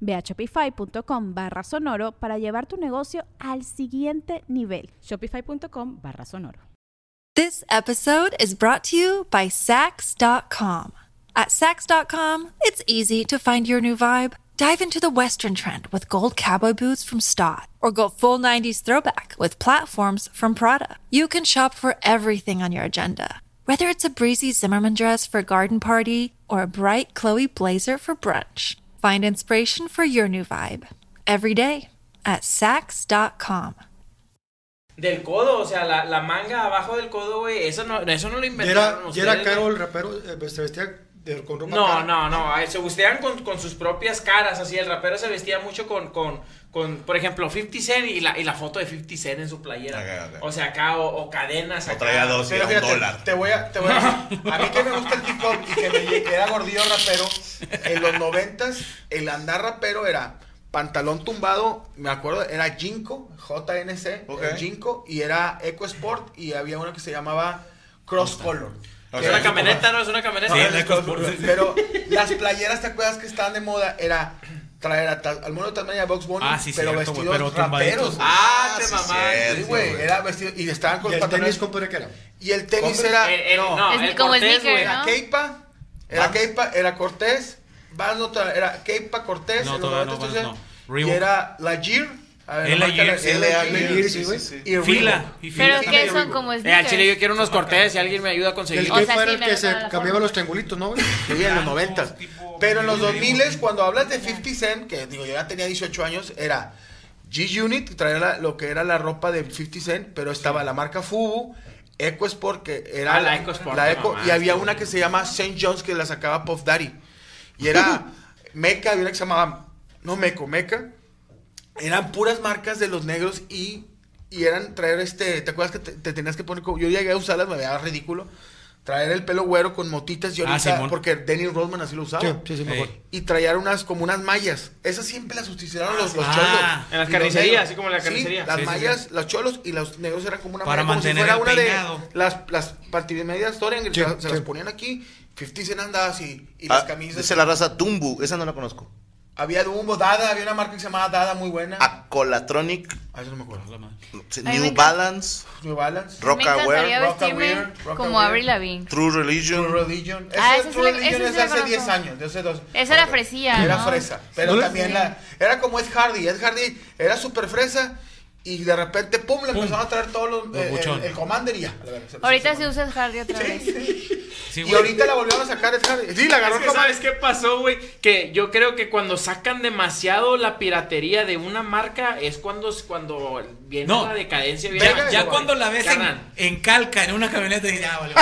Ve a shopify.com barra sonoro para llevar tu negocio al siguiente nivel. Shopify.com barra sonoro. This episode is brought to you by Sax.com. At Sax.com, it's easy to find your new vibe. Dive into the Western trend with gold cowboy boots from Stott, or go full 90s throwback with platforms from Prada. You can shop for everything on your agenda. Whether it's a breezy Zimmerman dress for a garden party or a bright Chloe blazer for brunch. Find inspiration for your new vibe every day at sax.com. Del codo, o sea, la, la manga abajo del codo, güey, eso no, eso no lo Y era, inventaron y era ustedes, caro güey. el rapero, pues, eh, se vestía de- con ropa No, cara. no, no, ay, se vestían con, con sus propias caras, así, el rapero se vestía mucho con, con, con por ejemplo, 50 Cent y la, y la foto de 50 Cent en su playera. Ok, ok. O sea, acá, o, o cadenas No acá. traía dos, era Pero un fíjate, dólar. te voy a, te voy a decir, a mí que me gusta el hip hop y que me lle- era gordillo rapero, en los noventas el andar rapero era pantalón tumbado, me acuerdo, era Jinko, JNC, Ok. el Jinko, y era Eco Sport y había una que se llamaba Cross Color. O que Es sea, era una sí, tipo camioneta, ¿no? Es una camioneta. Sí, Ah, el las Eco cosas, Sport, sí. Pero las playeras, ¿te acuerdas que estaban de moda? Era traer a tal- al mundo de Tasmania Box Bunny, Ah, sí, pero cierto, güey, vestidos pero tumbaditos, raperos. güey. Ah, te sí, mamaste, Sí, cierto, güey, era vestido y estaban con ¿Y el pantalones- tenis compadre qué era? y el tenis Hombre, era El- el- Eh, no, Es el como Cortés, sneaker, güey. ¿no? era Keipa, era Keipa, era Cortés, Vaz no tra- era Keipa Cortés, No, en los todavía 90 no, Vaz entonces, no. Reebok. este y era La Gir, a ver, Es La la marca Gir, la- sí, es la La Gir, Gir, sí, sí, güey. sí. y Reebok. Fila, y fila Pero también que era son Reebok. como Eh, al sneakers. chile yo quiero unos Cortés, si alguien me ayuda a El que conseguirlos. O sea, fuera sí, el me que recuerda se la cambiaba forma. los triangulitos, ¿no? güey? Sí, en los Blancos, 90. tipo- Pero en los 2000 cuando hablas de 50 Cent, que digo, yo ya tenía 18 años, era G-Unit, que traía la- lo que era la ropa de 50 Cent, pero estaba la marca Fubu, Eco Sport, que era. Ah, la Eco Sport, la te Eco, mamaste, y había güey. una que se llama St. John's, que la sacaba Puff Daddy. Y era Meca, había una que se llamaba. No, Meco, Meca. Eran puras marcas de los negros y, y eran traer este. ¿Te acuerdas que te, te tenías que poner como.? Yo llegué a usarlas, me veía ridículo. Traer el pelo güero con motitas y Ah, ahorita, Simón. porque Dennis Rodman así lo usaba. Sí, sí, sí, me Ey. acuerdo. Y traían unas, como unas mallas. Esas siempre las utilizaron los, los Ah, cholos. en las Y los carnicerías, negros. así como en la Sí, carnicería. las Sí, sí, sí. mallas, los cholos y los negros eran como una Para malla, como si mantener fuera el una peinado. de las, las partimedias Story, Sí, se, se sí. las ponían aquí. 50 Cent andaba así. Y las Ah, camisas. Dice la raza Dumbu, esa no la conozco. Había Dumbo, Dada, había una marca que se llamaba Dada muy buena. Ah, Acolatronic, eso no me acuerdo. me New encanta. Balance, New Balance. Me Rockaware, encantaría Rock and vestirme Wear, Rock and como Wear. Avril Lavigne. True True Religion. Religion. Ah, Ese esa sí True la- Religion esa sí es de la hace 10 conozco. años, de hace dos. Esa era fresilla, Era ¿no? fresa, pero ¿No le- también la, era como Ed Hardy. Ed Hardy era súper fresa y de repente, pum, le empezaron a traer todos los. Los eh, el, buchones. el Commander y ya. A la verga, se- Ahorita se- se usa el Harry otra vez. Sí, Y güey. ahorita la volvieron a sacar Ed Hardy. Sí, la agarró Es que, el Commander. ¿Sabes qué pasó, güey? Que yo creo que cuando sacan demasiado la piratería de una marca es cuando, cuando viene No. la decadencia. viene Ya, la- ya güey. cuando la ves en, Carnal, en calca, en una camioneta, dices, ah, vale.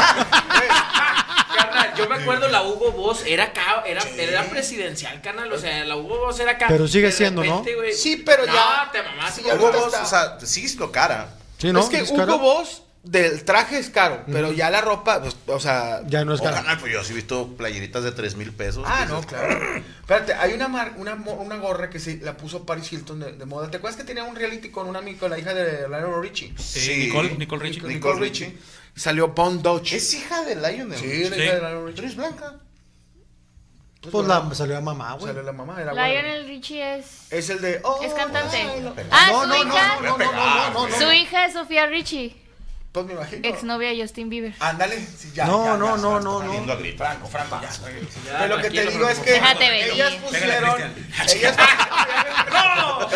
carnal, yo me acuerdo la Hugo Boss era acá, era, era presidencial, carnal. O sea, la Hugo Boss era acá. Pero sigue siendo, ¿no? güey, Sí, pero no, ya- te mamaste. Sí, ya Hugo ahorita Boss, está. o sea, sigue siendo cara. Sí, ¿no? Es que Es Hugo caro. Boss del traje es caro, pero ya la ropa, pues, o sea. Ya no es Ojalá, caro. pues yo sí he visto playeritas de 3 mil pesos. Ah, Dices, no, claro. Espérate, hay una, mar- una, mo- una gorra que se la puso Paris Hilton de, de moda. ¿Te acuerdas que tenía un reality con una amiga, con la hija de Lionel Richie? Sí, Nicole- Nicole Richie. Nicole, Nicole Richie. Richie. Salió Bond Dodge. Es hija de Lionel. Sí, la Sí. hija de Lionel Pero Richie. es blanca. Pues la salió a mamá, güey. Salió la mamá, era güey. Lionel Richie es, Es el de. oh, es cantante. no, no. Ah, No, no, su no, hija. no, no, no, no, no, no. Su hija es Sofía Richie, Pues me imagino. exnovia de Justin Bieber. Ándale. sí, ya, No, ya, ya, no, ya, no, ya, no, ya. no. Viendo a gritar. Franco, Franco, ya. Ya, Pero lo que te tranquilo, digo es Franco. que Déjate venir. ellas pusieron, ellas,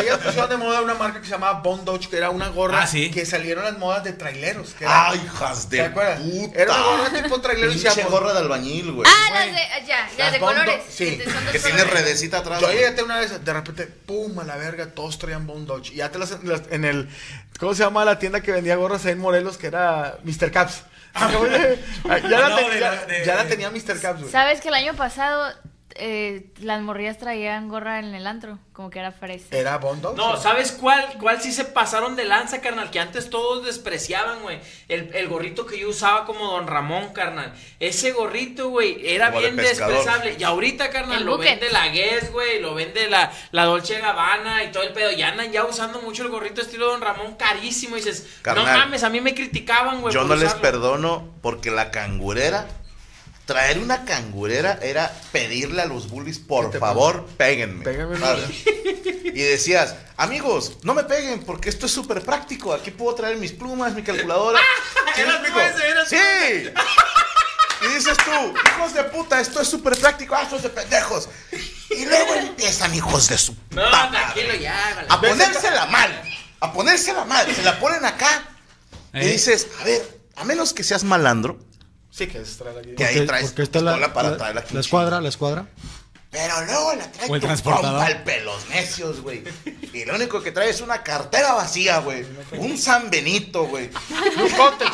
Ellas pusieron de moda una marca que se llamaba Bond Dodge, que era una gorra Ah, sí. que salieron las modas de traileros. que era- Ay, hijas ¿Te de acuerdas? puta. Era una gorra tipo trailer y "Pues, se Pinche llamó- gorra de albañil, güey. Ah, las de, ya, las, Las de Bondo- colores. sí. te- son dos que tiene colores. redecita atrás. Yo güey. llegué una vez, de repente, pum, a la verga, todos traían Bond Dodge. Y ya te las, las- en el, ¿cómo se llama la tienda que vendía gorras ahí en Morelos? Que era Mr. Caps. ya, la No, ten- de ya- la- de- ya la tenía Mr. Caps, güey. ¿Sabes que el año pasado eh, las morrillas traían gorra en el antro? Como que era fresa. Era Bond Dodge. No, güey. ¿sabes cuál? ¿Cuál sí se pasaron de lanza, carnal? Que antes todos despreciaban, güey. El, el gorrito que yo usaba como Don Ramón, carnal. Ese gorrito, güey, era Como de bien pescador. despreciable. Y ahorita, carnal, El lo buque. vende la Guess, güey, lo vende la, la Dolce Gabbana y todo el pedo. Ya andan ya usando mucho el gorrito estilo Don Ramón carísimo. Y dices, no Carnal, mames, a mí me criticaban, güey. Yo por no les usarlo". perdono porque la cangurera, traer una cangurera era pedirle a los bullies, por te favor, péguenme. Péguenme, ¿Sabes? madre. Y decías, amigos, no me peguen porque esto es súper práctico. Aquí puedo traer mis plumas, mi calculadora. ¿Sí me Eras tú explico? Ah, ese, eras tú ¡Sí! Y dices tú, hijos de puta, esto es súper práctico, ah, hijos de pendejos. Y luego empiezan, hijos de su No, puta tranquilo madre, ya, güey. A ponérsela mal, a ponérsela mal. Se la ponen acá y ¿Eh? dices, a ver, a menos que seas malandro, Sí, que es traer aquí. que ahí traes porque está la, pistola para la- traer aquí. la escuadra, la escuadra. Pero luego la traes O el tu transportador. trompa al pelos necios, güey. Y lo único que traes es una cartera vacía, güey. Un San Benito, güey. Un cótex.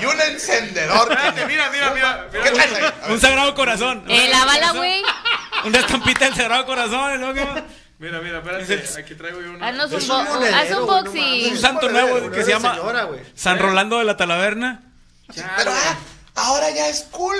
Y un encendedor. Espérate, mira, mira, mira. ¿Qué traes ahí? A ver, Un sagrado corazón. Eh, la bala, güey. Una estampita del sagrado corazón, loco. Mira, mira, espérate. Aquí traigo yo uno. Haznos un, Es bo- un monedero, haz un güey, no boxing. Un mames. santo nuevo que Una se llama señora, güey. Eh. San Rolando de la Talaverna. Pero ah, ahora ya es cool.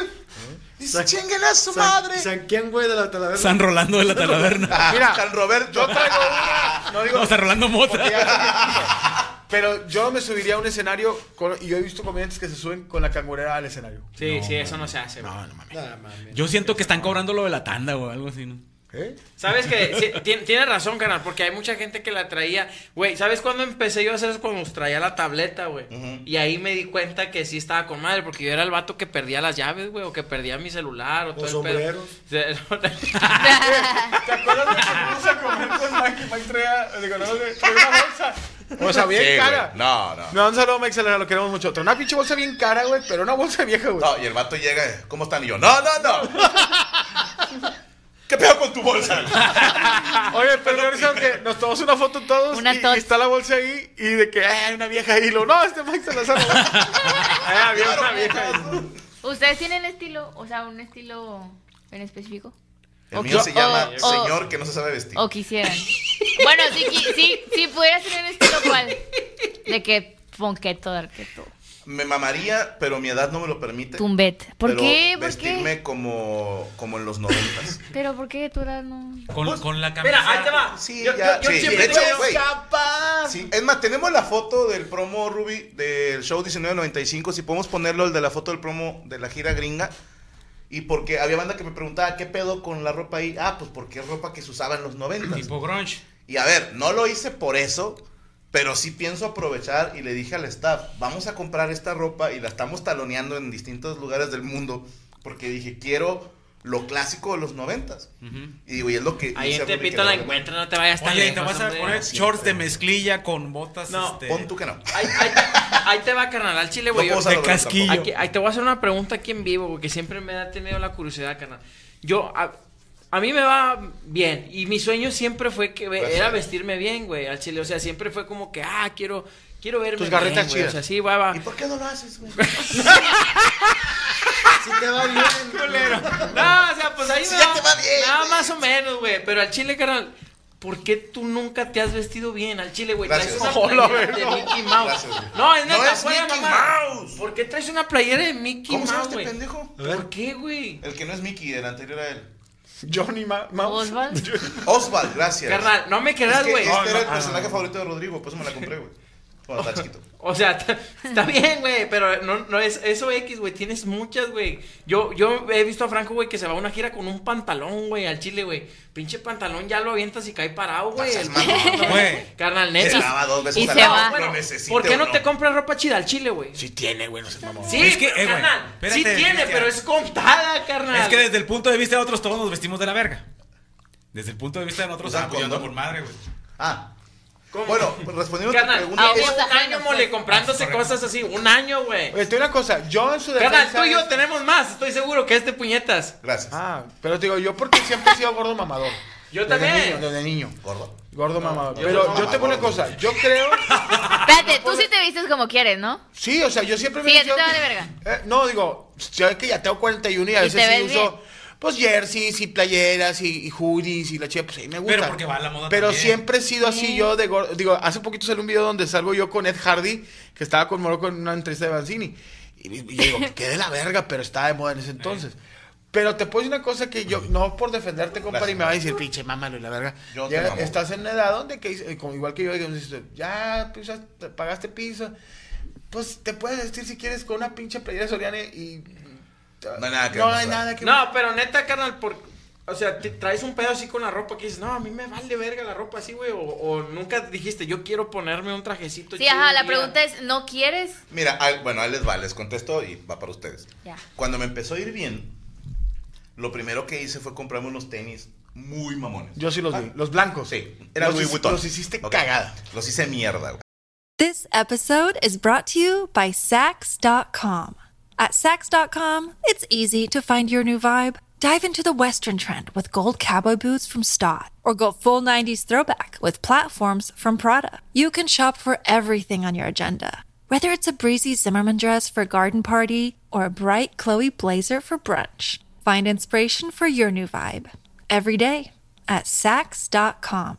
Dice, San- chinguen a su San- madre. San quién, güey, de la talaverna. San Rolando de la Talaverna. Ah, Mira, San Roberto. Yo traigo una. No digo. No, San Rolando porque ya Mota. está bien. Pero yo me subiría a un escenario con- y yo he visto comediantes que se suben con la cangurera al escenario. Sí, sí, eso no se hace, güey. Nah, mami. Yo siento que están cobrando lo de la tanda o algo así, ¿no? ¿Eh? Sabes que sí, tien- tienes razón, carnal, porque hay mucha gente que la traía. Güey, ¿sabes cuándo empecé yo a hacer eso? Cuando traía la tableta, güey. Y ahí me di cuenta que sí estaba con madre, porque yo era el vato que perdía las llaves, güey, o que perdía mi celular, o todo sombreros. el pedo. ¿Te acuerdas de que fuimos a comer con Mike? Mike traía, digo, no, de- traía una bolsa. O sea, bien Sí, güey. cara. No, no. No, un saludo, Mike Salera, lo queremos mucho. Trae una pinche bolsa bien cara, güey, pero una bolsa vieja, güey. No, y el vato llega, ¿cómo están? Y yo, no, no, no. ¿Qué pedo con tu bolsa? Oye, perdón, eso que nos tomamos una foto todos Una y, tot. y está la bolsa ahí y de que "Ay, hay una vieja ahí. Y lo, no, este Mike Salazar. güey". Ah, había una vieja ahí. ¿Ustedes tienen estilo? O sea, un estilo en específico. El O mío qui- se llama o- o- Señor que no se sabe vestir. O quisieran. bueno, sí, qui- sí, sí, pudieras tener un estilo cual. De que ponqueto, darqueto, Me mamaría, pero mi edad no me lo permite. tumbet. ¿Por pero qué? ¿Por vestirme qué? como, como en los noventas. Pero ¿por qué tú eras no? Con, con la camisa. Pues, Mira, ahí te va. Sí, Yo- ya. yo- yo sí. siempre De hecho, digo- güey. sí. Es más, tenemos la foto del promo Ruby del show 1995. Si podemos ponerlo, el de la foto del promo de la gira gringa. Y porque había banda que me preguntaba, ¿qué pedo con la ropa ahí? Ah, pues porque es ropa que se usaba en los noventas. Tipo grunge. Y a ver, no lo hice por eso, pero sí pienso aprovechar y le dije al staff, vamos a comprar esta ropa y la estamos taloneando en distintos lugares del mundo, porque dije, quiero lo clásico de los noventas. Y digo, y es lo que... Ahí en dice Rudy que Tepito le la vale encuentran, no te vayas tan Oye, y te lejos, vas a hombre. poner shorts de mezclilla con botas No, madre. este, Pon tú que no. Ahí, ahí te, ahí te va, carnal, al chile, No güey. yo- puedo usar de los lentes casquillo. tampoco. Aquí, ahí te voy a hacer una pregunta aquí en vivo, porque siempre me ha tenido la curiosidad, carnal. Yo, a, a mí me va bien, y mi sueño siempre fue que ve- Gracias. era vestirme bien, güey, al chile. O sea, siempre fue como que, ah, quiero, quiero verme Tus bien, garretas güey. O chidas. sea, sí, va, va. ¿Y por qué no lo haces, güey? Si te va bien. No, o sea, pues ahí Si me ya va- te va bien, nada güey. más o menos, güey. Pero al chile, carnal, ¿por qué tú nunca te has vestido bien? Al chile, güey, traes Gracias. una Hola, playera güey, de no. Mickey Mouse. Gracias, güey. no, es No neta, es fuera Mickey mamá. Mouse. ¿Por qué traes una playera de Mickey ¿Cómo se Mouse, llama este güey? pendejo? A ver. ¿Por qué, güey? El que no es Mickey, el anterior a él. Johnny Ma Mouse. Oswald. Oswald, gracias. Carnal, no me Es creas, que güey. este No, era no, el ah, personaje favorito de Rodrigo, por eso me la compré, güey. Cuando estaba chiquito. O sea, está- está bien, güey, pero no, no es eso X, güey. Tienes muchas, güey. Yo, yo he visto a Franco, güey, que se va a una gira con un pantalón, güey, al chile, güey. Pinche pantalón ya lo avientas y cae parado, güey. Pasas El- mamón, no, güey. Carnal, Se neta. lava dos veces y al se año, va. lo Bueno, necesite ¿Por qué o no te compras ropa chida al chile, güey? Sí tiene, güey, no se mamón. Sí, Es que, pero, eh, güey, carnal. espérate, sí tiene, Cristian. pero es contada, carnal. Es que desde el punto de vista de otros todos nos vestimos de la verga. Desde el punto de vista de nosotros, Usan ah, pues yo ando condón. con madre, güey. Ah. Bueno, respondiendo a tu Carnal, pregunta, Ah, tiene es- ok. un año mole comprándose Correcto. cosas así. Un año, güey. Oye, te digo una cosa, yo en su pues, defensa. Carnal, tú y yo es- tenemos más. Estoy seguro que este puñetas. Gracias. Ah, pero te digo, yo porque siempre he sido gordo mamador. Yo Desde también. niño, desde niño. Gordo. Gordo mamador. yo Pero soy yo te digo una mamador, cosa, yo creo. Espérate, tú sí te vistes como quieres, ¿no? Sí, o sea, yo siempre Sí, he a ti te vale verga. Eh, no, digo, yo es que ya tengo 41 y a ¿Y veces te sí ves uso. bien? Pues jerseys y playeras y, y hoodies y la chica, pues ahí me gusta. Pero porque va la moda Pero también. siempre he sido así yo de gordo. Digo, hace poquito salió un video donde salgo yo con Ed Hardy, que estaba con Morocco en una entrevista de Banzini. Y, y yo digo, que de la verga, pero estaba de moda en ese entonces. Pero te puedo decir una cosa que yo, no por defenderte, compadre, y me va a decir, pinche mámalo y la verga. Yo te Llega- mamo. estás en una edad donde, que, dice- como igual que yo, digamos, dices, ya pues, ya te pagaste piso, pues te puedes vestir si quieres con una pinche playera soriana y... No hay nada que No hay demostrar. nada que... No, pero neta, carnal, por, o sea, te traes un pedo así con la ropa que dices, no, a mí me vale verga la ropa así, güey. O, o nunca dijiste, yo quiero ponerme un trajecito. Sí, ajá, la pregunta es, ¿no quieres? Mira, ah, bueno, ahí les va, les contesto y va para ustedes. Ya. Cuando me empezó a ir bien, lo primero que hice fue comprarme unos tenis muy mamones. Yo sí Ah. los vi, los blancos. Sí, los, Louis hici- Vuitton. los hiciste Ok. cagada. Los hice mierda, güey. This episode is brought to you by Sax.com. At Sax.com, it's easy to find your new vibe. Dive into the Western trend with gold cowboy boots from Stott, or go full 90s throwback with platforms from Prada. You can shop for everything on your agenda, whether it's a breezy Zimmerman dress for a garden party or a bright Chloe blazer for brunch. Find inspiration for your new vibe every day at Sax.com.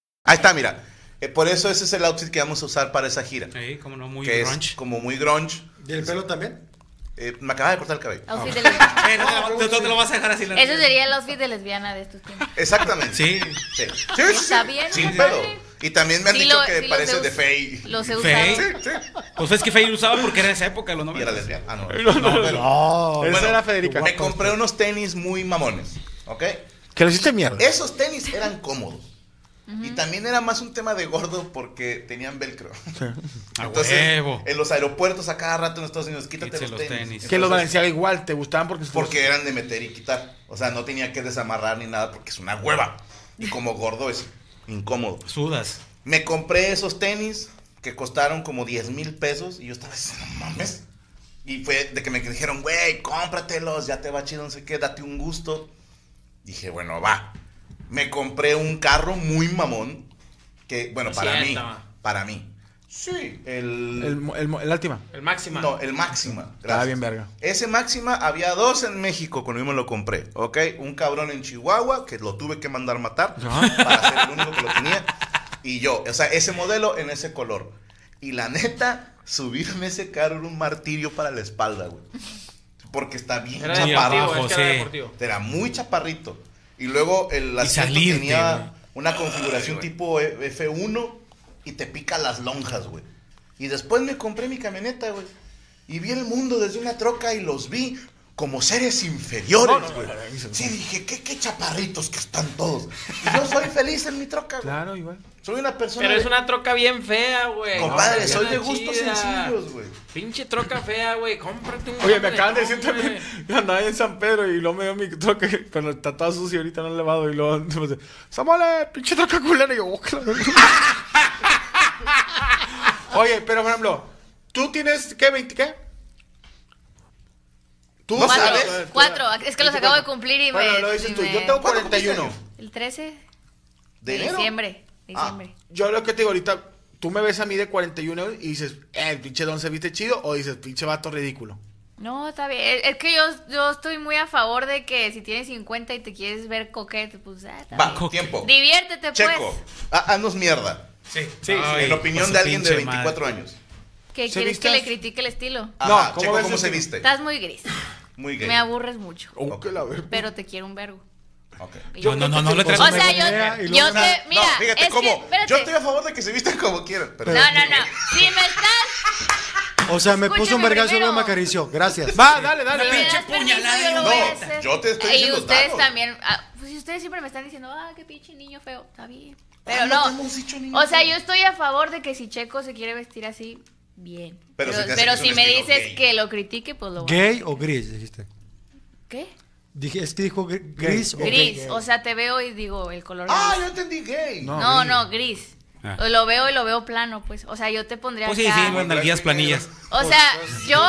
Ahí está, mira. Eh, por eso ese es el outfit que vamos a usar para esa gira. Sí, como no, muy que grunge. es como muy grunge. ¿Y el pelo también? Eh, me acaba de cortar el cabello. Outfit de lesbiana. Eh, no, te lo- no te lo vas a dejar así. la Eso neta. sería el outfit de lesbiana de estos tiempos. Exactamente. Sí. Sí. Sí, sí, Está sí. bien, Sin compadre. pedo. Y también me han Sí dicho lo- que sí los parece he de us- Fey. Los he Fey. usado. Pues es que Fey lo usaba porque era de esa época, los Y era noventas. lesbiana. Ah, no. No, Bueno, esa era Federica. Me compré unos tenis muy mamones. ¿Ok? Que lo hiciste mierda. Esos tenis eran cómodos. Y también era más un tema de gordo porque tenían velcro. A Entonces, huevo. en los aeropuertos a cada rato en Estados Unidos, quítate Quítese los los tenis. tenis. Que los Entonces, Valenciaga igual, te gustaban porque... Porque eran de meter y quitar. O sea, no tenía que desamarrar ni nada porque es una hueva. Y como gordo es incómodo. Sudas. Me compré esos tenis que costaron como 10 mil pesos y yo estaba diciendo, no mames. Y fue de que me dijeron, güey, cómpratelos, ya te va chido, no sé qué, date un gusto. Dije, bueno, va. Me compré un carro muy mamón que, bueno, No es para cierto. mí, para mí. Sí, el... Ah, El, mo- el, mo- la última. El máximo. no, el Máxima. Estaba Gracias. bien verga. Ese Máxima había dos en México cuando yo me lo compré, ¿ok? Un cabrón en Chihuahua que lo tuve que mandar matar para ser el único que lo tenía. Y yo, o sea, ese modelo en ese color. Y la neta, subirme ese carro era un martirio para la espalda, güey. Porque está bien Era Chaparro, deportivo, chaparrado. es que era José. deportivo. Era muy chaparrito. Y luego el asiento salirte, tenía güey. una configuración tipo E- F1 y te pica las lonjas, güey. Y después me compré mi camioneta, güey. Y vi el mundo desde una troca y los vi como seres inferiores, güey. Sí, dije, ¿qué, qué chaparritos que están todos. Y yo soy feliz en mi troca, güey. Claro, igual. Soy una persona. Pero es de- una troca bien fea, güey. Compadre, No, soy de chida. gustos sencillos, güey. Pinche troca fea, güey. Cómprate un. Oye, camionetón, me acaban de decir güey. también que andaba en San Pedro y luego me dio mi troque con el tatuado sucio y ahorita no he lavado y luego me dice, Samuel, eh, pinche troca culera y yo, "Oh, claro". Oye, pero por ejemplo, tú tienes, ¿qué? ¿20 qué? ¿Tú No Cuatro, sabes? cuatro. Es que los acabo de cumplir y Bueno, me. lo dices y tú. me- Yo tengo ¿Cuándo 41. cumpliste años? El 13 ¿De de, enero? diciembre. de Ah. diciembre. Yo lo que te digo ahorita, tú me ves a mí de 41 y dices, eh, pinche don se viste chido o dices, pinche vato ridículo. No, está bien. Es- Es que yo, yo estoy muy a favor de que si tienes 50 y te quieres ver coquete, pues. ah, está Va, bien. tiempo. Diviértete, Checo. pues. Ah, haznos mierda. Ah, Sí, sí. en la opinión de alguien de 24 años. Que ¿Se quieres que vistas? le critique el estilo. Ajá, No, ¿cómo Checo, ves ¿cómo ese se tipo? viste? Estás muy gris. Muy gay. Me aburres mucho. Oh, que la ver- Pero te quiero un vergo. Yo no, no, no le traigo O sea, yo, yo te. Mira, no, fíjate, es ¿cómo? que. Espérate. Yo estoy a favor de que se vistan como quieran. Pero No, no, no. Si me estás. O sea, me puso un Escúchame vergazo y primero. no me acarició. Gracias. Va, dale, si dale. me das permiso, yo lo voy a hacer. yo te estoy Y diciendo ustedes tacos. también. ah, pues ustedes siempre me están diciendo, ah, qué pinche niño feo. Está bien. Pero Ah, no. te hemos dicho ni O sea, nada. yo estoy a favor de que si Checo se quiere vestir así, bien. Pero Pero, se te hace pero que es un si me estilo dices gay. que lo critique, pues lo voy a ¿Gay o gris? Dijiste. ¿Qué? Dije, es que dijo gr- gris o Gris. O sea, te veo y digo el color. Ah, gris. yo entendí gay. No. No, gris. no, gris. Ah. O Lo veo y lo veo plano, pues. O sea, yo te pondría Pues sí, acá. sí, bueno, algunas planillas. O sea, yo,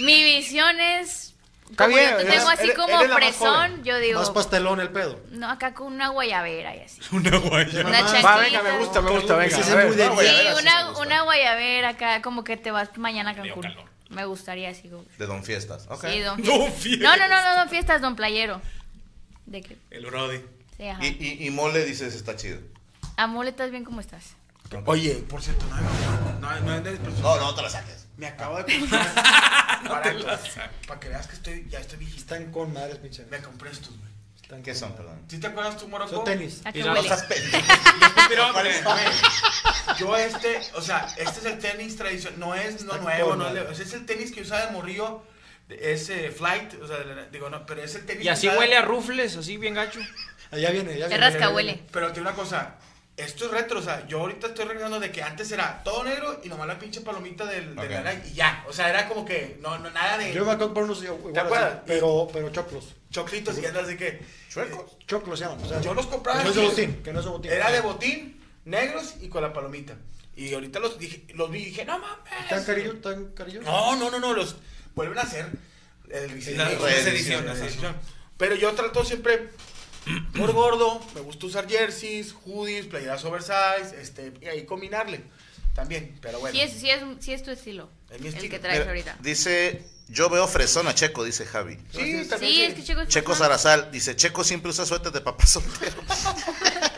mi visión es. Está Como bien, yo te eres- tengo así eres- como eres la más fresón, joven. yo digo. Más pastelón el pedo. No, acá con una guayabera y así. Una guaya. Una chanquita. Va, venga, me gusta, me gusta, venga. Ese es a ver, muy de no, Sí, güey, a ver, así una, me gusta. una guayabera acá, como que te vas mañana a Cancún. Me gustaría así. como- De Don Fiestas. Ok. Sí, don Don Fiestas. No, no, no, no, don fiestas, don playero. De que, El Brody. sí, ajá. y, y, y mole dices, está chido. Amole, ¿estás bien como estás? Oye, por cierto, no, no, no, no, no, no, No, no te la saques. Me acabo de comprar baratos, Para que veas que estoy, ya estoy viejito. Están con madres, pinche. Me compré estos, güey. Están ¿Qué con son, madres. perdón? ¿Sí te acuerdas tú, Morocco? Son tenis. ¿A qué Y no, huele? Estás pendejo. Yo este, o sea, este es el tenis tradicional, no es no nuevo, no es, de- o sea, es el tenis que usaba de morrillo, de- es eh, flight, o sea, de la- digo, no, pero es el tenis Y así que usaba- huele a rufles, así bien gacho. Allá viene, ya Te viene. rasca, Eh. huele. Pero te digo una cosa, esto es retro, o sea, yo ahorita estoy regresando de que antes era todo negro y nomás la pinche palomita del, del Ok. naranja y ya, o sea, era como que, no, no, nada de Yo iba a comprar unos igual así, acuerdas? pero, pero choclos. choclitos y andas de que, eh, Chuecos. Choclos se llaman. o sea, Yo los compraba que No es de así. botín, que no es de botín. era de botín, negros y con la palomita, y ahorita los, dije, los vi y dije, no mames. ¿Están carillos? ¿Están carillos? No, no, no, no, los vuelven a hacer. El diseño, Las el reediciones, diseño, ajá. edición. Pero yo trato siempre por gordo, me gusta usar jerseys, hoodies, playeras oversize, este, y ahí combinarle también, pero bueno. Sí es, sí, es, sí es tu estilo. Es mi El estilo. que traes Mira, ahorita. Dice, yo veo fresón a Checo, dice Javi. Sí, también Sí, sí. es que Checo es Checo persona. Zarazal dice, Checo siempre usa suéter de papá soltero.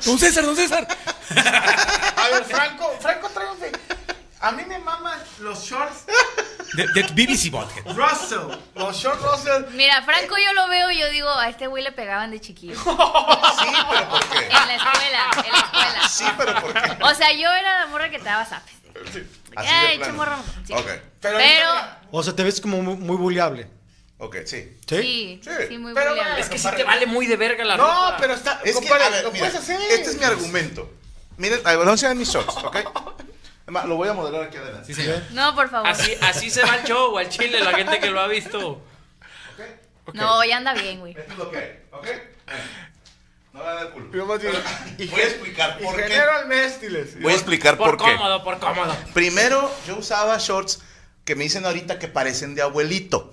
Don César, don César. A ver, Franco, Franco, tráigame. A mí me maman los shorts De, de BBC Bothead. Russell, los shorts Russell. Mira, Franco yo lo veo y yo digo, a este güey le pegaban de chiquillo. Sí, pero ¿por En qué? la escuela, en la escuela. Sí, pero ¿por qué? O sea, yo era la morra que te daba zapes. Así de Ay, plano. chamorro. Sí. Ok, Pero, Pero- O sea, te ves como muy, muy buleable. ok, sí. ¿Sí? Sí, Sí. sí, muy Pero buleable. bueno, Es que sí te vale muy de verga la no, ropa. pero está. Es que, compadre, a ver, lo mira, puedes hacer. este es mi argumento. Miren, a ver, vamos a ver mis shorts, ¿ok? Es más, Lo voy a modelar aquí adelante. Sí, señor. No, por favor. Así, así se va el show al chile, la gente que lo ha visto. No, ya anda bien, güey. Esto es lo que hay, ¿ok? No le hagan el culo. Yo más bien- Voy a explicar por qué. Ingeniero al mes, diles. Voy a explicar Por por qué. cómodo, por cómodo. Primero, yo usaba shorts que me dicen ahorita que parecen de abuelito.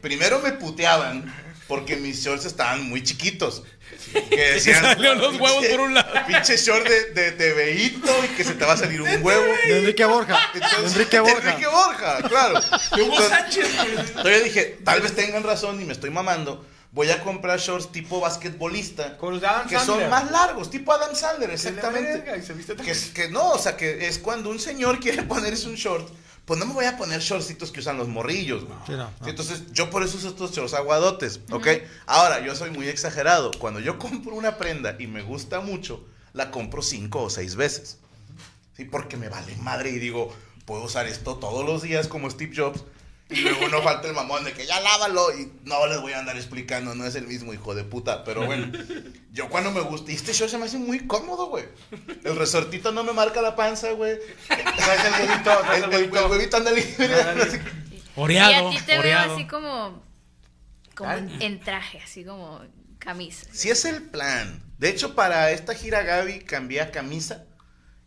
Primero me puteaban porque mis shorts estaban muy chiquitos. Que decían, salieron los huevos por un lado. Pinche short de, de, de veíto y que se te va a salir un huevo. De Enrique Borja. De Entonces- Enrique de Borja. Enrique Borja, claro. Entonces- Sánchez. entonces yo dije, tal vez tengan razón y me estoy mamando. Voy a comprar shorts tipo basquetbolista. Con los de Adam que son Sandler. más largos, tipo Adam Sandler, verga, exactamente. y se viste Que, es- que no, o sea, que es cuando un señor quiere ponerse un short. Pues no me voy a poner shortcitos que usan los morrillos, güey. Sí, no, no. Sí, Entonces, yo por eso uso estos shorts aguadotes, ¿ok? Ahora, yo soy muy exagerado. Cuando yo compro una prenda y me gusta mucho, la compro cinco o seis veces. Sí, porque me vale madre y digo, puedo usar esto todos los días como Steve Jobs. Y luego no falta el mamón de que ya lávalo y no les voy a andar explicando, no es el mismo hijo de puta. Pero bueno, yo cuando me gusta, y este short se me hace muy cómodo, güey. El resortito no me marca la panza, güey. Traes el huevito, traes El, el- el el huevito. huevito anda libre. Así que- Oreado. y a ti te oreado. veo así como, como en, en traje, así como camisa. Si es el plan. De hecho, para esta gira Gaby cambié a camisa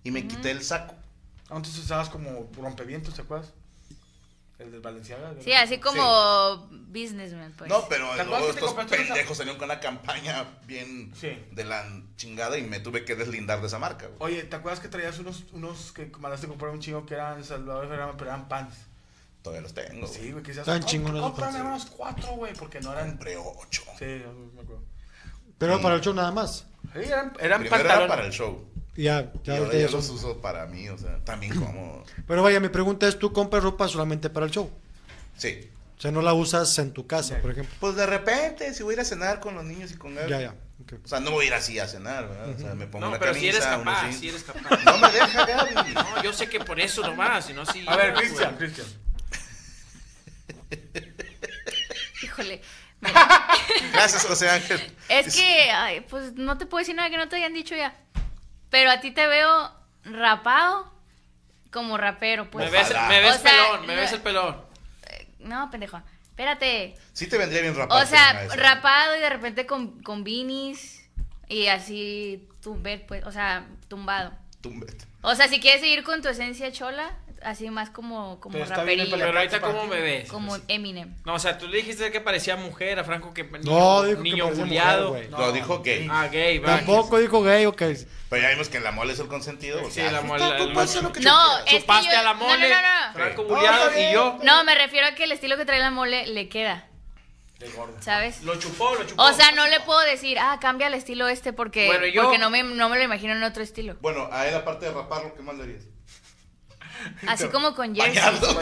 y me quité el saco. Antes Ah, usabas como rompevientos, ¿te acuerdas? El del Valenciaga. Sí, así como businessman, pues. No, pero ¿Te acuerdas luego que te estos compraste una- pendejos salieron con una campaña bien Sí. de la chingada y me tuve que deslindar de esa marca. güey. Oye, ¿te acuerdas que traías unos, unos que mandaste a comprar un chingo que eran Salvador Ferrama, pero eran pants? Todavía los tengo. Sí, güey, que se Estaban chingones los Cómprame pants. unos cuatro, güey, porque no eran. Compré ocho. Sí, yo me acuerdo. Pero para el show nada más. Sí, eran, eran Primero era pantalones. para el show. Ya, Y ya, ahora ya ya son. los uso para mí, o sea, también como... Pero vaya, mi pregunta es, ¿tú compras ropa solamente para el show? Sí. O sea, no la usas en tu casa, por ejemplo. Pues de repente, si voy a ir a cenar con los niños y con Gaby. Ya, ya. O sea, no voy a ir así a cenar, ¿verdad? O sea, me pongo No, una pero camisa, si eres unos capaz, jeans. si eres capaz. No me deja, Gaby. No, yo sé que por eso nomás, si no, sí. A ver, güey. Cristian, Cristian. Híjole. Gracias, José Ángel. Es que, ay, pues no te puedo decir nada que no te hayan dicho ya. Pero a ti te veo rapado como rapero, pues. Me ves, me ves O sea, pelón, me no- ves el pelón. No, pendejo. Espérate. Sí te vendría bien rapado. O sea, Fernanda, rapado y de repente con, con beanies y así tumbé, pues, o sea, tumbado. Túmbete. O sea, si quieres seguir con tu esencia chola, así más como, como Pero está bien raperillo. pelear. Pero ahorita, ¿cómo me ves? Como Eminem. No, o sea, tú le dijiste que parecía mujer a Franco que No, dijo que niño parecía buleado. mujer, No, dijo gay. Ah, gay, va. Tampoco dijo gay, ok. Pero ya vimos que el amor es el consentido. o Sí, sea, el amor- tú- el- Tú puedes hacer lo que tú No, quieras. es que Chupaste yo- a la no, mole, no, no, no. Franco Sí. buleado No, y yo. No, me refiero a que el estilo que trae la mole le queda. ¿Sabes? Lo chupó, lo chupó. O sea, no le puedo decir, ah, cambia el estilo este porque, Bueno, yo- porque no, me, no me lo imagino en otro estilo. Bueno, a él aparte de raparlo, ¿qué más le harías? Así como con jersey. Bañarlo.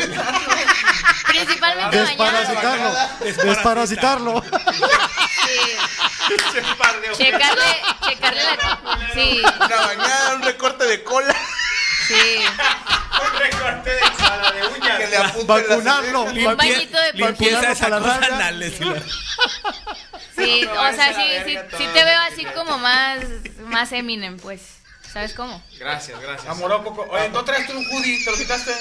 Principalmente bañado. Desparasitarlo. Desparasitarlo. Checarle, checarle la... Sí, Una bañada, un recorte de cola. sí. Un recorte de sala de Que le uñas. apunten las Vacunarlo. orejas. Un bañito de Limpieza de Vacunarlo para la sacos raya. anales. y la- Sí, No, o sea, váyanse a la sí, sí, verga sí todos. te veo así como más, más Eminem, pues. ¿Sabes cómo? Gracias, gracias. Amoroco. Oye, ¿no traes tú un hoodie? ¿Te lo quitaste?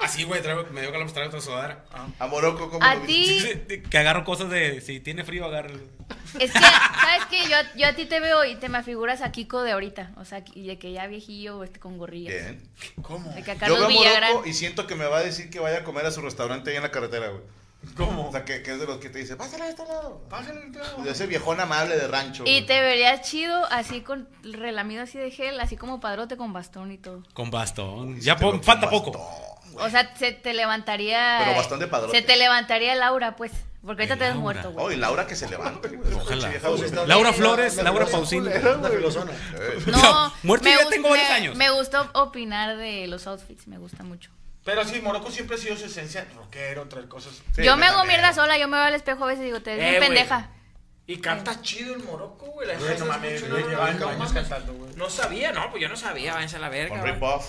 Así, güey, traigo, me dio calor, pues traigo otra sudadera. A Morocco, ¿cómo A lo ti. viste? Sí. Que agarro cosas de. Si tiene frío, agarro. Es que, ¿sabes qué? Yo, yo a ti te veo y te me figuras a Kiko de ahorita. O sea, y de que ya viejillo, este con gorrillas. Bien. ¿Cómo? De que a Yo veo Carlos a Villagrán. Morocco y siento que me va a decir que vaya a comer a su restaurante ahí en la carretera, güey. ¿Cómo? O sea, que, que es de los que te dice, pásale a este lado. Pásale el trago. De ese viejón amable de rancho. Y güey. te verías chido así con relamido así de gel, así como padrote con bastón y todo. Con bastón. Y Ya te pon- lo falta comas poco. todo. O sea, se te levantaría. Pero bastón de padrote. Se te levantaría Laura, pues. Porque ahorita El te has Laura. muerto, Oh, güey. y Laura que se levante, güey. Ojalá. Pinche vieja Laura Flores, La Laura filosofía Pausini. culera, la filosona. No, Muerto me ya gust- tengo varios me- años. Me gustó opinar de los outfits, me gusta mucho. Pero sí, Morocco siempre ha sido su esencia rockero, traer cosas. Sí, yo me hago también. mierda sola, yo me veo al espejo a veces y digo, te ves Eh, bien güey. pendeja. Y canta chido el Morocco, güey. La Güey, gente no mames, escucha, güey, no, llevan no años mames. cantando, güey. No sabía, no, pues yo no sabía, váyanse a la Con verga. Rip güey. Off.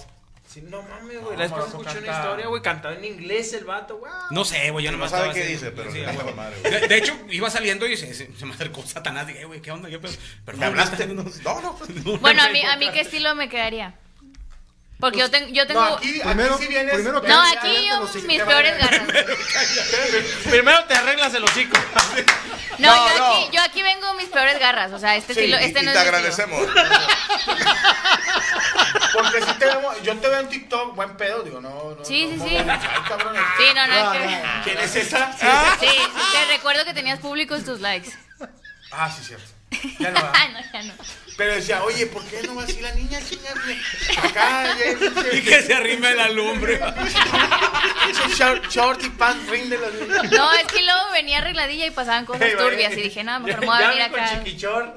Sí, no mames, güey. No, la vez Morocco escuché una canta- historia, güey, cantaba en inglés el vato, güey. No sé, güey, yo No nomás sabe estaba qué así. dice, pero Sí, le da güey. la madre, güey. De, de hecho, iba saliendo y se, se- se me acercó Satanás. Dije, "Eh, güey, ¿qué onda? ¿Qué pedo?" Pero ¿Me hablaste? No, No, no. Bueno, a mí, a mí qué estilo me quedaría. Porque yo, Pues, tengo yo tengo... No, aquí, Primero- aquí sí vienes. primero que- no, cállate aquí yo los hijos, mis te peores vale. garras. Primero te arreglas el hocico. No, No, yo, no. Aquí, yo aquí vengo mis peores garras. O sea, este Sí, estilo, y- este y no te es mi estilo. agradecemos. Porque si te vemos, yo te veo en TikTok, buen pedo, digo, no, no. Sí, no, sí, sí. no, Ay, cabrón. Sí, no, no, es que- ¿Quién es esa? Ah. Sí, sí, te recuerdo que tenías públicos tus likes. Ah, sí, cierto. Ya no va. Ah, no, ya no. Pero decía, oye, ¿por qué no va así la niña? chinga, güey? Acá, ya, pinche- Y que se arrime la lumbre. pinche short, short y pants, ríndelas. güey. No, es que luego venía arregladilla y pasaban cosas Ey, vale. turbias y dije, no, mejor me voy a Ya venir vi con acá. chiquichón.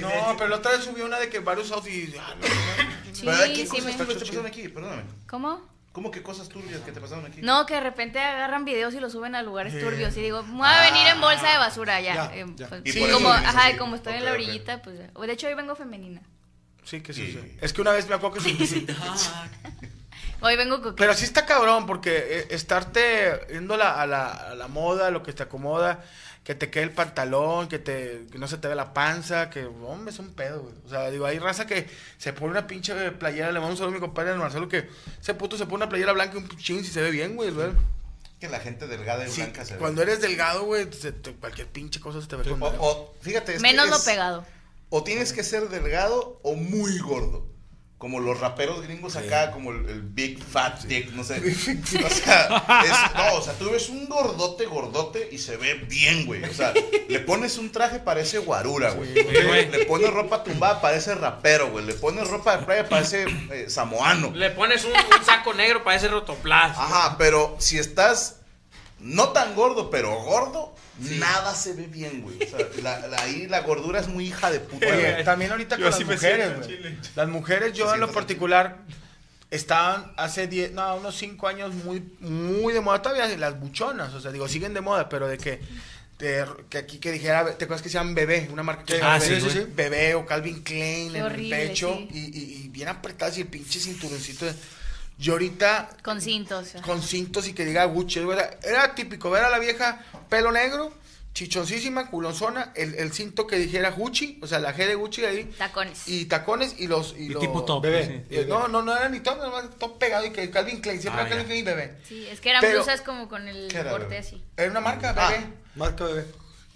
No, pero la otra vez subió una de que varios outfits. Ah, no, Sí, ¿Verdad? ¿Qué sí cosas me... turbias te pasaron aquí? Perdóname. ¿Cómo? ¿Cómo que cosas turbias que te pasaron aquí? No, que de repente agarran videos y los suben a Eh. lugares turbios y digo, me voy a venir en bolsa de basura ya. Ya, Eh, ya. pues, Ah, Y sí, por eso como, vienes ajá, así. y como estoy en Ok, la ok. orillita, pues. ya. De hecho, hoy vengo femenina. Sí, que Sí. sí. sí. Es que una vez me acuerdo que sí. sí. Hoy vengo con Pero sí está cabrón, porque eh, estarte yendo a la, a la- a la moda, lo que te acomoda, que te quede el pantalón, que te que no se te ve la panza, que, hombre, es un pedo, güey. O sea, digo, hay raza que se pone una pinche playera, le mando un saludo a mi compadre el Marcelo, que ese puto se pone una playera blanca y un jeans y se ve bien, güey. ¿verdad? Que la gente delgada y Sí, blanca se ve. cuando eres delgado, güey, se te- cualquier pinche cosa se te ve con O, o- fíjate, es que menos es- lo pegado. O tienes que ser delgado o muy gordo. Como los raperos gringos acá, como el, el Big Fat Dick, no sé. O sea, es- no, o sea, tú ves un gordote, gordote y se ve bien, güey. O sea, le pones un traje, parece guarura, güey. güey. le pones ropa tumbada, parece rapero, güey. Le pones ropa de playa, parece eh, samoano. Le pones un, un saco negro para ese rotoplas. Ah, Ajá, pero si estás no tan gordo, pero gordo, nada se ve bien, güey. O sea, la- la- ahí la gordura es muy hija de puta, Oye, güey. también ahorita Yo con las así me mujeres, siento en güey. Chile. Las mujeres, yo en sientas lo así. particular, estaban hace 10, no, unos 5 años muy, muy de moda. Todavía las buchonas, o sea, digo, siguen de moda, pero de que de- que aquí que dijera, ¿te acuerdas que se llaman bebé? Una marca que se Ah, llama sí, sí, bebé, sí. bebé o Calvin Klein Qué en horrible, el pecho sí. y, y- y bien apretadas y el pinche cinturoncito. de- Yo ahorita Con cintos. con cintos y que diga Gucci. es verdad. Era típico ver a la vieja pelo negro, chichoncísima, culonzona, el, el cinto que dijera Gucci, o sea, la G de Gucci ahí. Tacones. Y tacones y los. Y, los- tipo top, Bebé. sí. Eh, No, no, no era ni top, nada más top pegado y que Calvin Klein, siempre Ah, era ya. Calvin Klein y bebé. Sí, es que eran Pero- blusas como con el ¿Qué era, corte bebé? así. Era una marca, Ah. bebé. Marca bebé.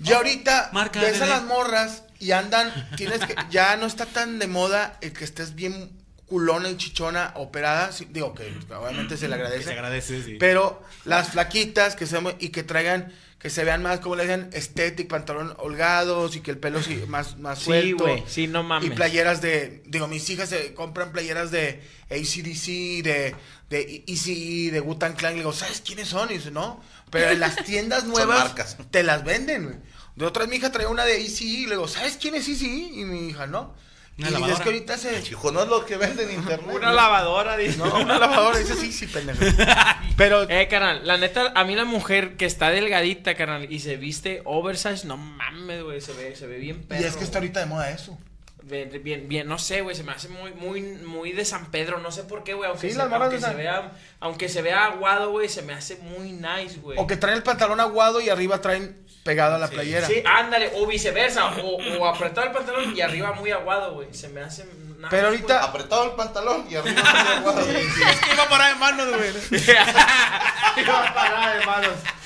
Ya ahorita Marca ves a bebé. las morras y andan, tienes que, ya no está tan de moda el que estés bien culona y chichona operada, sí, digo que obviamente se le Que se agradece, agradece, sí. pero las flaquitas que se, y que traigan, que se vean más, como le dicen, estético, pantalón holgados y que el pelo sí, más, más Sí, suelto. güey, sí, no mames. Y playeras de, digo, mis hijas se compran playeras de ACDC, de, de ECE, de Wutan Clan. Le digo, ¿sabes quiénes son? Y dice, no. Pero en las tiendas nuevas marcas. te las venden, güey. De otras, mi hija traía una de ECE. Le digo, ¿sabes quién es ECE? Y mi hija, no. Y Una es lavadora. que ahorita se... Hijo, no es lo que vende en internet. Una ¿no? lavadora, dice. No, una lavadora. Dice, sí, sí, pendejo. Pero... Eh, carnal, la neta, a mí la mujer que está delgadita, carnal, y se viste oversize, no mames, güey, se ve, se ve bien perro. y es que está ahorita de moda eso. güey. Bien, bien, bien, no sé, güey, se me hace muy, muy, muy de San Pedro, no sé por qué, güey, aunque, Sí, se, las morras de aunque se San- vea, aunque se vea aguado, güey, se me hace muy nice, güey. O que traen el pantalón aguado y arriba traen pegada la playera. Sí, ándale, o viceversa, o, o apretar el pantalón y arriba muy aguado, güey, se me hace nice, Pero ahorita- Apretado el pantalón y arriba una guarda. Es que iba a parar de manos, güey.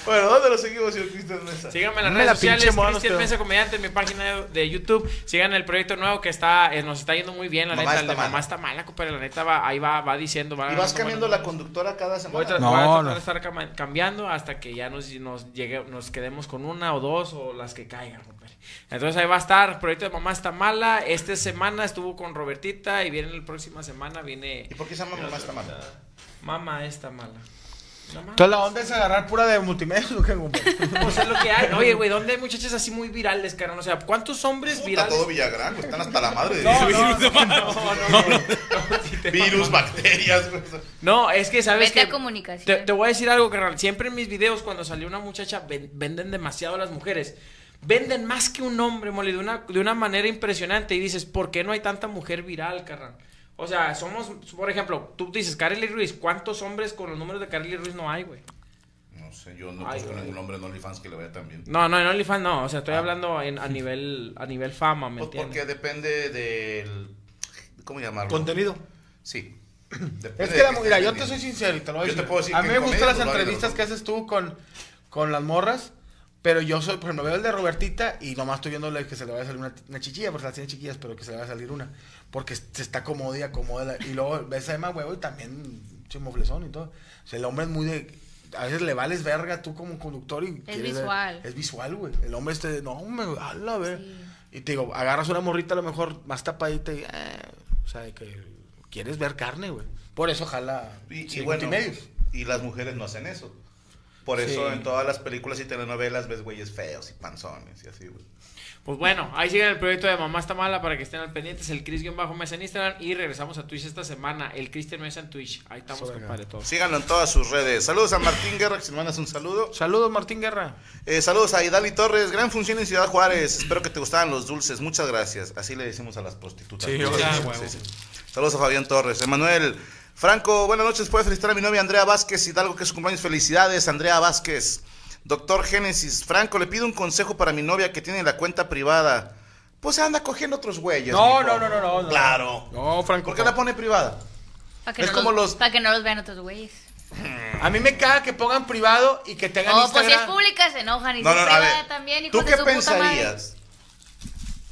Bueno, ¿dónde lo seguimos, señor Cristian Mesa? Síganme en las Me redes la sociales, pinche moda nos Cristian quedó. Mesa Comediante, en mi página de, de YouTube. Sigan el proyecto nuevo que está, eh, nos está yendo muy bien, la Mamá neta. está El de mamá mala. está mala, compadre, la neta va, ahí va, va diciendo. Va Y vas ganando, cambiando bueno. la conductora cada Voy a, semana. tra- No, voy a tratar no. de estar cama- cambiando hasta que ya nos, nos, llegue- nos quedemos con una o dos o las que caigan, compadre. Entonces ahí va a estar, proyecto de mamá está mala. Esta semana estuvo con Robertita y viene la próxima semana, viene ¿Y por qué se llama mamá esta mala? mamá está mala. No mames. Toda la onda es agarrar pura de multimedia. ¿o qué, compadre? Pues es lo que hay. Oye, güey, ¿dónde hay muchachas así muy virales, carnal? O sea, ¿cuántos hombres Puta, virales? todo Villagrán, güey, están hasta la madre de No, virus, no, no, no, no, no, sí te virus, mamá. bacterias, güey. No, es que sabes Vete que a comunicación. Te, te voy a decir algo, carnal. Siempre en mis videos cuando salió una muchacha ven- venden demasiado a las mujeres. Venden más que un hombre, mole, de una, de una manera impresionante. Y dices, ¿por qué no hay tanta mujer viral, carnal? O sea, somos, por ejemplo, tú dices, Carly Ruiz, ¿cuántos hombres con los números de Carly Ruiz no hay, güey? No sé, yo no Ay, conozco güey. ningún hombre en OnlyFans que le vaya tan bien. No, no, en OnlyFans no. O sea, Ah. estoy hablando en- a, nivel, a nivel fama, ¿me Pues entiendes? porque depende del. ¿Cómo llamarlo? Contenido. Sí. Depende Es de que, la, qué mira, yo te estés soy vendiendo. sincero y te lo voy a Yo decir. te puedo decir a que mí me con gustan ellos las no vale entrevistas la que haces tú con, con las morras, pero yo soy, por ejemplo, veo el de Robertita y nomás estoy viéndole que se le vaya a salir una, una chichilla, porque las tiene chiquillas, pero que se le vaya a salir una. Porque se está acomoda y acomoda. la- y luego ves a Emma Huevo y también chimoflezón y todo. O sea, el hombre es muy de. A veces le vales verga tú como conductor y. quieres ver- visual. Es visual, güey. El hombre este, de, no, hombre, a la ver. Sí. Y te digo, agarras una morrita a lo mejor más tapadita y. eh, o sea, de que quieres ver carne, güey. Por eso jala. Y, y sí, bueno, multimedios. y las mujeres no hacen eso. Por eso en todas las películas y telenovelas ves güeyes feos y panzones y así, güey. Pues bueno, ahí sigue el proyecto de Mamá está mala para que estén al pendientes. El Chris-Mesa en Instagram y regresamos a Twitch esta semana. El Cristian Mesa en Twitch. Ahí estamos, compadre, todos. Síganlo en todas sus redes. Saludos a Martín Guerra, que si mandas un saludo. Saludos, Martín Guerra. Eh, saludos a Idali Torres, gran función en Ciudad Juárez. Espero que te gustaran los dulces. Muchas gracias. Así le decimos a las prostitutas. Sí, Sí, o sea, sí, huevo. sí, sí. Saludos a Fabián Torres. Emanuel Franco, buenas noches. Puedes felicitar a mi novia Andrea Vázquez Hidalgo, que es su cumpleaños. Felicidades, Andrea Vázquez. Doctor Génesis, Franco, le pido un consejo para mi novia que tiene la cuenta privada. Pues anda cogiendo otros güeyes. No, mijo. no, no, no, no, no. Claro. No, Franco. ¿Por qué la pone privada? Para que, Es no como los, los- para que no los vean otros güeyes. A mí me caga que pongan privado y que tengan Oh, pues si es Instagram. pública se enojan y No, si no, es a privada ver. también. hijos ¿Tú de qué su puta madre. pensarías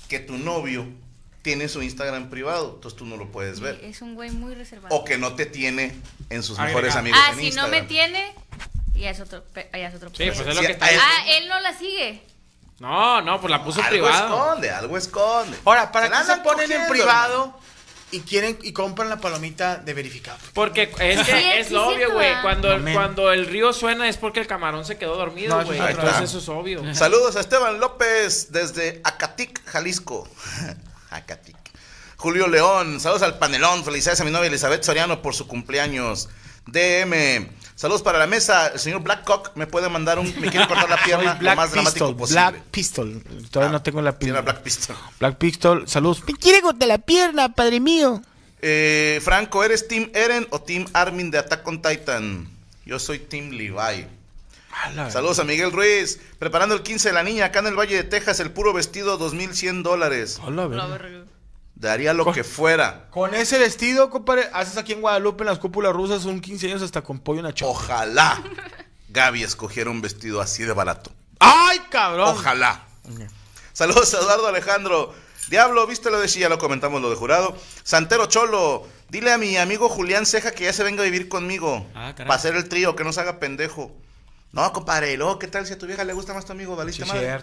que tu novio tiene su Instagram privado? Entonces tú no lo puedes Sí, ver. Es un güey muy reservado. O que no te tiene en sus Agregado. mejores amigos. Ah, en si Instagram. no me tiene, ya es otro, pe- ya es otro Sí, pedo. pues es lo Sí, que está. a él- Ah, él no la sigue. No, no, pues la puso algo privado. esconde, algo esconde. Ahora, ¿para la qué se andan ponen en cogiendo, privado hermano? y quieren y compran la palomita de verificado? Porque es que Sí, es sí, lo obvio, cierto, güey. ah. Cuando, el- Amén. cuando el río suena es porque el camarón se quedó dormido, No, eso güey. es otra. Entonces eso es obvio. Saludos a Esteban López desde Acatic, Jalisco. Acatic. Julio León, saludos al panelón. Felicidades a mi novia Elizabeth Soriano por su cumpleaños. DM, Saludos para la mesa. El señor Blackcock me puede mandar un. Me quiere cortar la pierna lo Black más dramático Pistol, posible. Black Pistol. Todavía no tengo la pierna. Black Pistol. Black Pistol, saludos. Me quiere cortar la pierna, padre mío. Eh, Franco, ¿eres Team Eren o Team Armin de Attack on Titan? Yo soy Team Levi. Ah. Saludos a Miguel Ruiz. Preparando el 15 de la niña acá en el Valle de Texas, el puro vestido, 2100 dólares. Daría lo que fuera. Con ese vestido, compadre, haces aquí en Guadalupe en las cúpulas rusas un 15 años hasta con pollo una chapa. Ojalá Gaby escogiera un vestido así de barato. ¡Ay, cabrón! Ojalá. Saludos a Eduardo Alejandro. Diablo, viste lo de sí, ya lo comentamos lo de jurado. Santero Cholo, dile a mi amigo Julián Ceja que ya se venga a vivir conmigo. Ah, caray. para hacer el trío, que no se haga pendejo. No, compadre, y luego, ¿qué tal si a tu vieja le gusta más tu amigo? Valiste madre.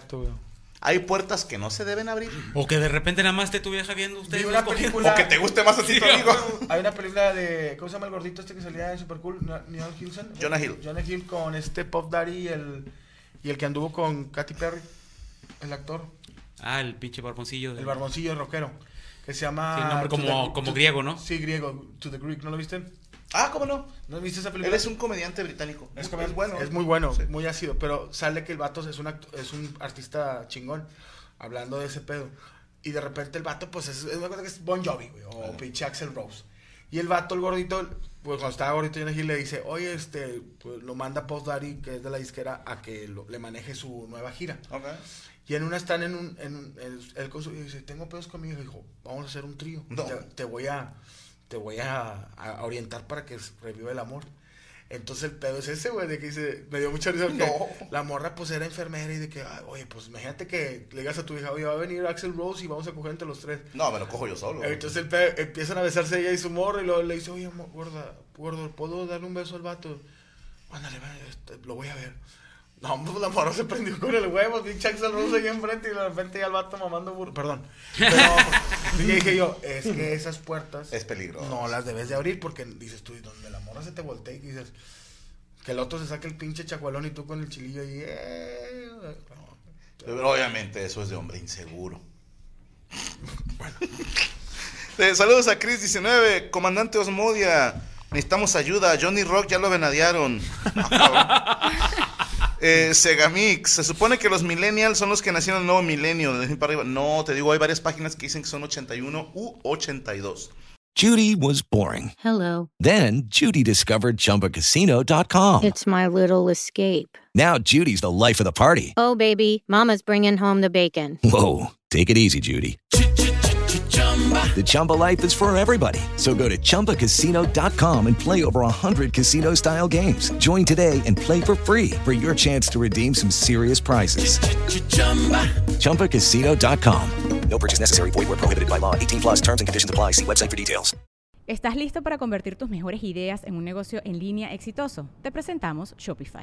Hay puertas que no se deben abrir. O que de repente nada más te tu vieja viendo ustedes. una dos cogiendo. película- O que te guste más a ti, tu amigo. Hay una película de. ¿Cómo se llama el gordito este que salía de Super Cool? Na- Neil Hilson. Jonah Hill. Jonah Hill con este Pop Daddy y el, y el que anduvo con Katy Perry. El actor. Ah, el pinche barboncillo. El barboncillo rockero. Que se llama. Tiene nombre To como- the- como to- griego, ¿no? Sí, griego. To the Greek. ¿No lo viste? Ah, ¿cómo no? ¿No viste esa película? Él es un comediante británico. Es, Es, como- bueno. es muy bueno, muy ácido, pero sale que el vato es un, act- es un artista chingón, hablando de ese pedo. Y de repente el vato, pues es, es una cosa que es Bon Jovi, güey, o pinche Axel Rose. Y el vato, el gordito, pues cuando estaba gordito, Jonah Hill le dice, oye, este, pues, lo manda Post Daddy, que es de la disquera, a que lo- le maneje su nueva gira. Ok. Y en una están en un. En un- el- él con su- y dice: Tengo pedos conmigo. Y dijo: Vamos a hacer un trío. No. Te, te voy a. Te voy a, a orientar para que s- reviva el amor. Entonces el pedo es ese, güey, de que dice, me dio mucha risa porque No. la morra pues era enfermera y de que, "Ay, oye, pues imagínate que le digas a tu hija, oye, va a venir Axel Rose y vamos a coger entre los tres. No, me lo cojo yo solo. güey. Entonces el pe- empiezan a besarse ella y su morro y luego le dice, oye, amor, gorda, gordo, ¿puedo darle un beso al vato? Ándale, va, este, lo voy a ver. No, pues la morra se prendió con el huevo, pinche Axel Rose ahí enfrente y de repente ya el vato mamando burro. Perdón. Pero y dije yo, es que esas puertas Es peligroso. no las debes de abrir porque dices tú, y donde la morra se te voltea y dices, que el otro se saque el pinche chacualón y tú con el chilillo ahí, eh, no. Pero obviamente eso es de hombre inseguro. Eh, saludos a Chris19, comandante Osmodia. Necesitamos ayuda. Johnny Rock ya lo venadearon. Eh, Segamix, se supone que los millennials son los que nacieron en el nuevo milenio. de ahí para arriba. No, te digo, hay varias páginas que dicen que son 81 u 82. Judy was boring. Hello. Then Judy discovered ChumbaCasino.com. Oh. It's my little escape. Now Judy's the life of the party. Oh, baby, Mama's bringing home the bacon. Whoa, take it easy, Judy. The Chumba life is for everybody. So go to ChumbaCasino.com and play over 100 casino style games. Join today and play for free for your chance to redeem some serious prizes. ChumbaCasino.com. No purchase necessary. Void where prohibited by law. 18 plus terms and conditions apply. See website for details. ¿Estás listo para convertir tus mejores ideas en un negocio en línea exitoso? Te presentamos Shopify.